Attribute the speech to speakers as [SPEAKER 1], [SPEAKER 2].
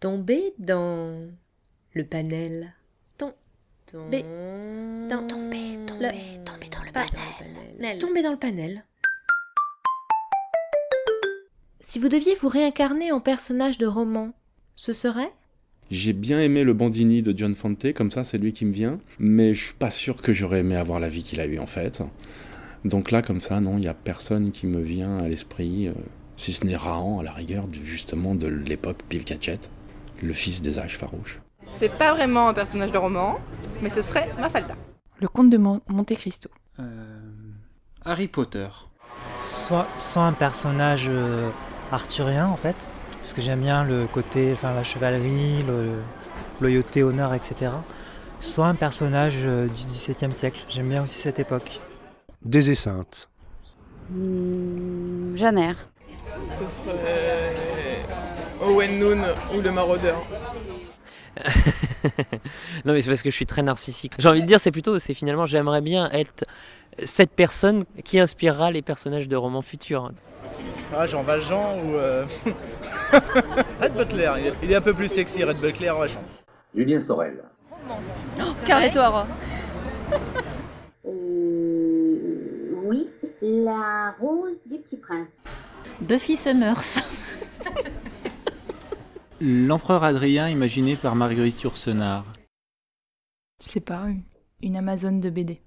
[SPEAKER 1] Tomber dans le panel. Tom-
[SPEAKER 2] Tomber
[SPEAKER 1] dans-
[SPEAKER 2] tomber,
[SPEAKER 1] le-
[SPEAKER 2] tomber, tomber dans le
[SPEAKER 1] pas
[SPEAKER 2] panel. Nel.
[SPEAKER 1] Tomber dans le panel. Si vous deviez vous réincarner en personnage de roman, ce serait
[SPEAKER 3] J'ai bien aimé le Bandini de John Fante, comme ça c'est lui qui me vient, mais je suis pas sûr que j'aurais aimé avoir la vie qu'il a eue en fait. Donc là comme ça, non, il y a personne qui me vient à l'esprit, euh, si ce n'est Rahan à la rigueur, du- justement de l'époque Piv Gadget, le fils des âges farouches.
[SPEAKER 4] C'est pas vraiment un personnage de roman, mais ce serait Mafalda.
[SPEAKER 5] Le comte de Mon- Monte Cristo.
[SPEAKER 6] Euh, Harry Potter.
[SPEAKER 7] Soit, soit un personnage euh, arthurien en fait, parce que j'aime bien le côté, enfin la chevalerie, le, loyauté, honneur, etc. Soit un personnage euh, du XVIIe siècle, j'aime bien aussi cette époque.
[SPEAKER 8] Des Esseintes,
[SPEAKER 9] Hmm, Jeanne Eyre.
[SPEAKER 10] Ce serait Owen Noon ou le maraudeur.
[SPEAKER 11] non mais c'est parce que je suis très narcissique. J'ai envie de dire c'est plutôt c'est finalement j'aimerais bien être cette personne qui inspirera les personnages de romans futurs.
[SPEAKER 12] Ah, Jean Valjean ou. euh, Red Butler, il est, il est un peu plus sexy, Red Butler, ouais, je pense.
[SPEAKER 13] Julien Sorel.
[SPEAKER 14] Scarlett O'Hara.
[SPEAKER 15] Euh, oui, la rose du petit prince.
[SPEAKER 14] Buffy Summers.
[SPEAKER 6] L'empereur Adrien imaginé par Marguerite Yourcenar.
[SPEAKER 16] Je sais pas, une, une Amazone de BD.